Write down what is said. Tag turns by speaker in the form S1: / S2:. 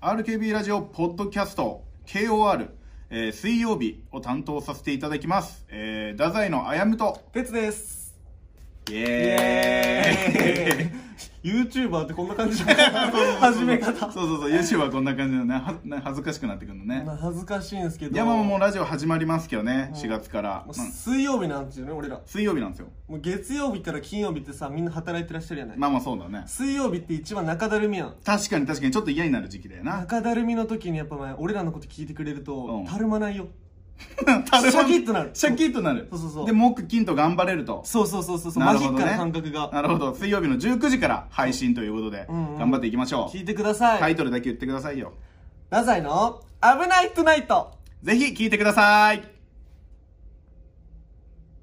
S1: RKB ラジオポッドキャスト KOR、えー水曜日を担当させていただきます、えー、太宰のあやむと
S2: 鉄です
S1: イ
S2: イ
S1: エーイ
S2: YouTuber ってこんな感じ だ 始め方
S1: そうそうそう YouTube はこんな感じのねはな恥ずかしくなってくるのね
S2: まあ恥ずかしいんですけど
S1: いやまあもうラジオ始まりますけどね4月から、
S2: もう
S1: まあ
S2: 水曜日なんていうね俺ら
S1: 水曜日なんですよ
S2: もう月曜日から金曜日ってさみんな働いてらっしゃるやない、
S1: まあまあそうだね
S2: 水曜日って一番中だるみやん
S1: 確かに確かにちょっと嫌になる時期だよな
S2: 中だるみの時にやっぱね俺らのこと聞いてくれると、
S1: うん
S2: たるまないよ
S1: たるま
S2: シャキッとなる
S1: シャキッとなる
S2: そうそうそう
S1: で木金と頑張れると
S2: そうそうそうそうそう、
S1: な
S2: マ
S1: る
S2: ジ
S1: ほど
S2: ッ
S1: ね
S2: クな感覚が
S1: なるほど水曜日の19時から配信ということで
S2: うんうん
S1: 頑張っていきましょう、
S2: 聞いてください、
S1: タイトルだけ言ってくださいよ
S2: 太宰の「危ないトゥナイト」
S1: ぜひ聞いてください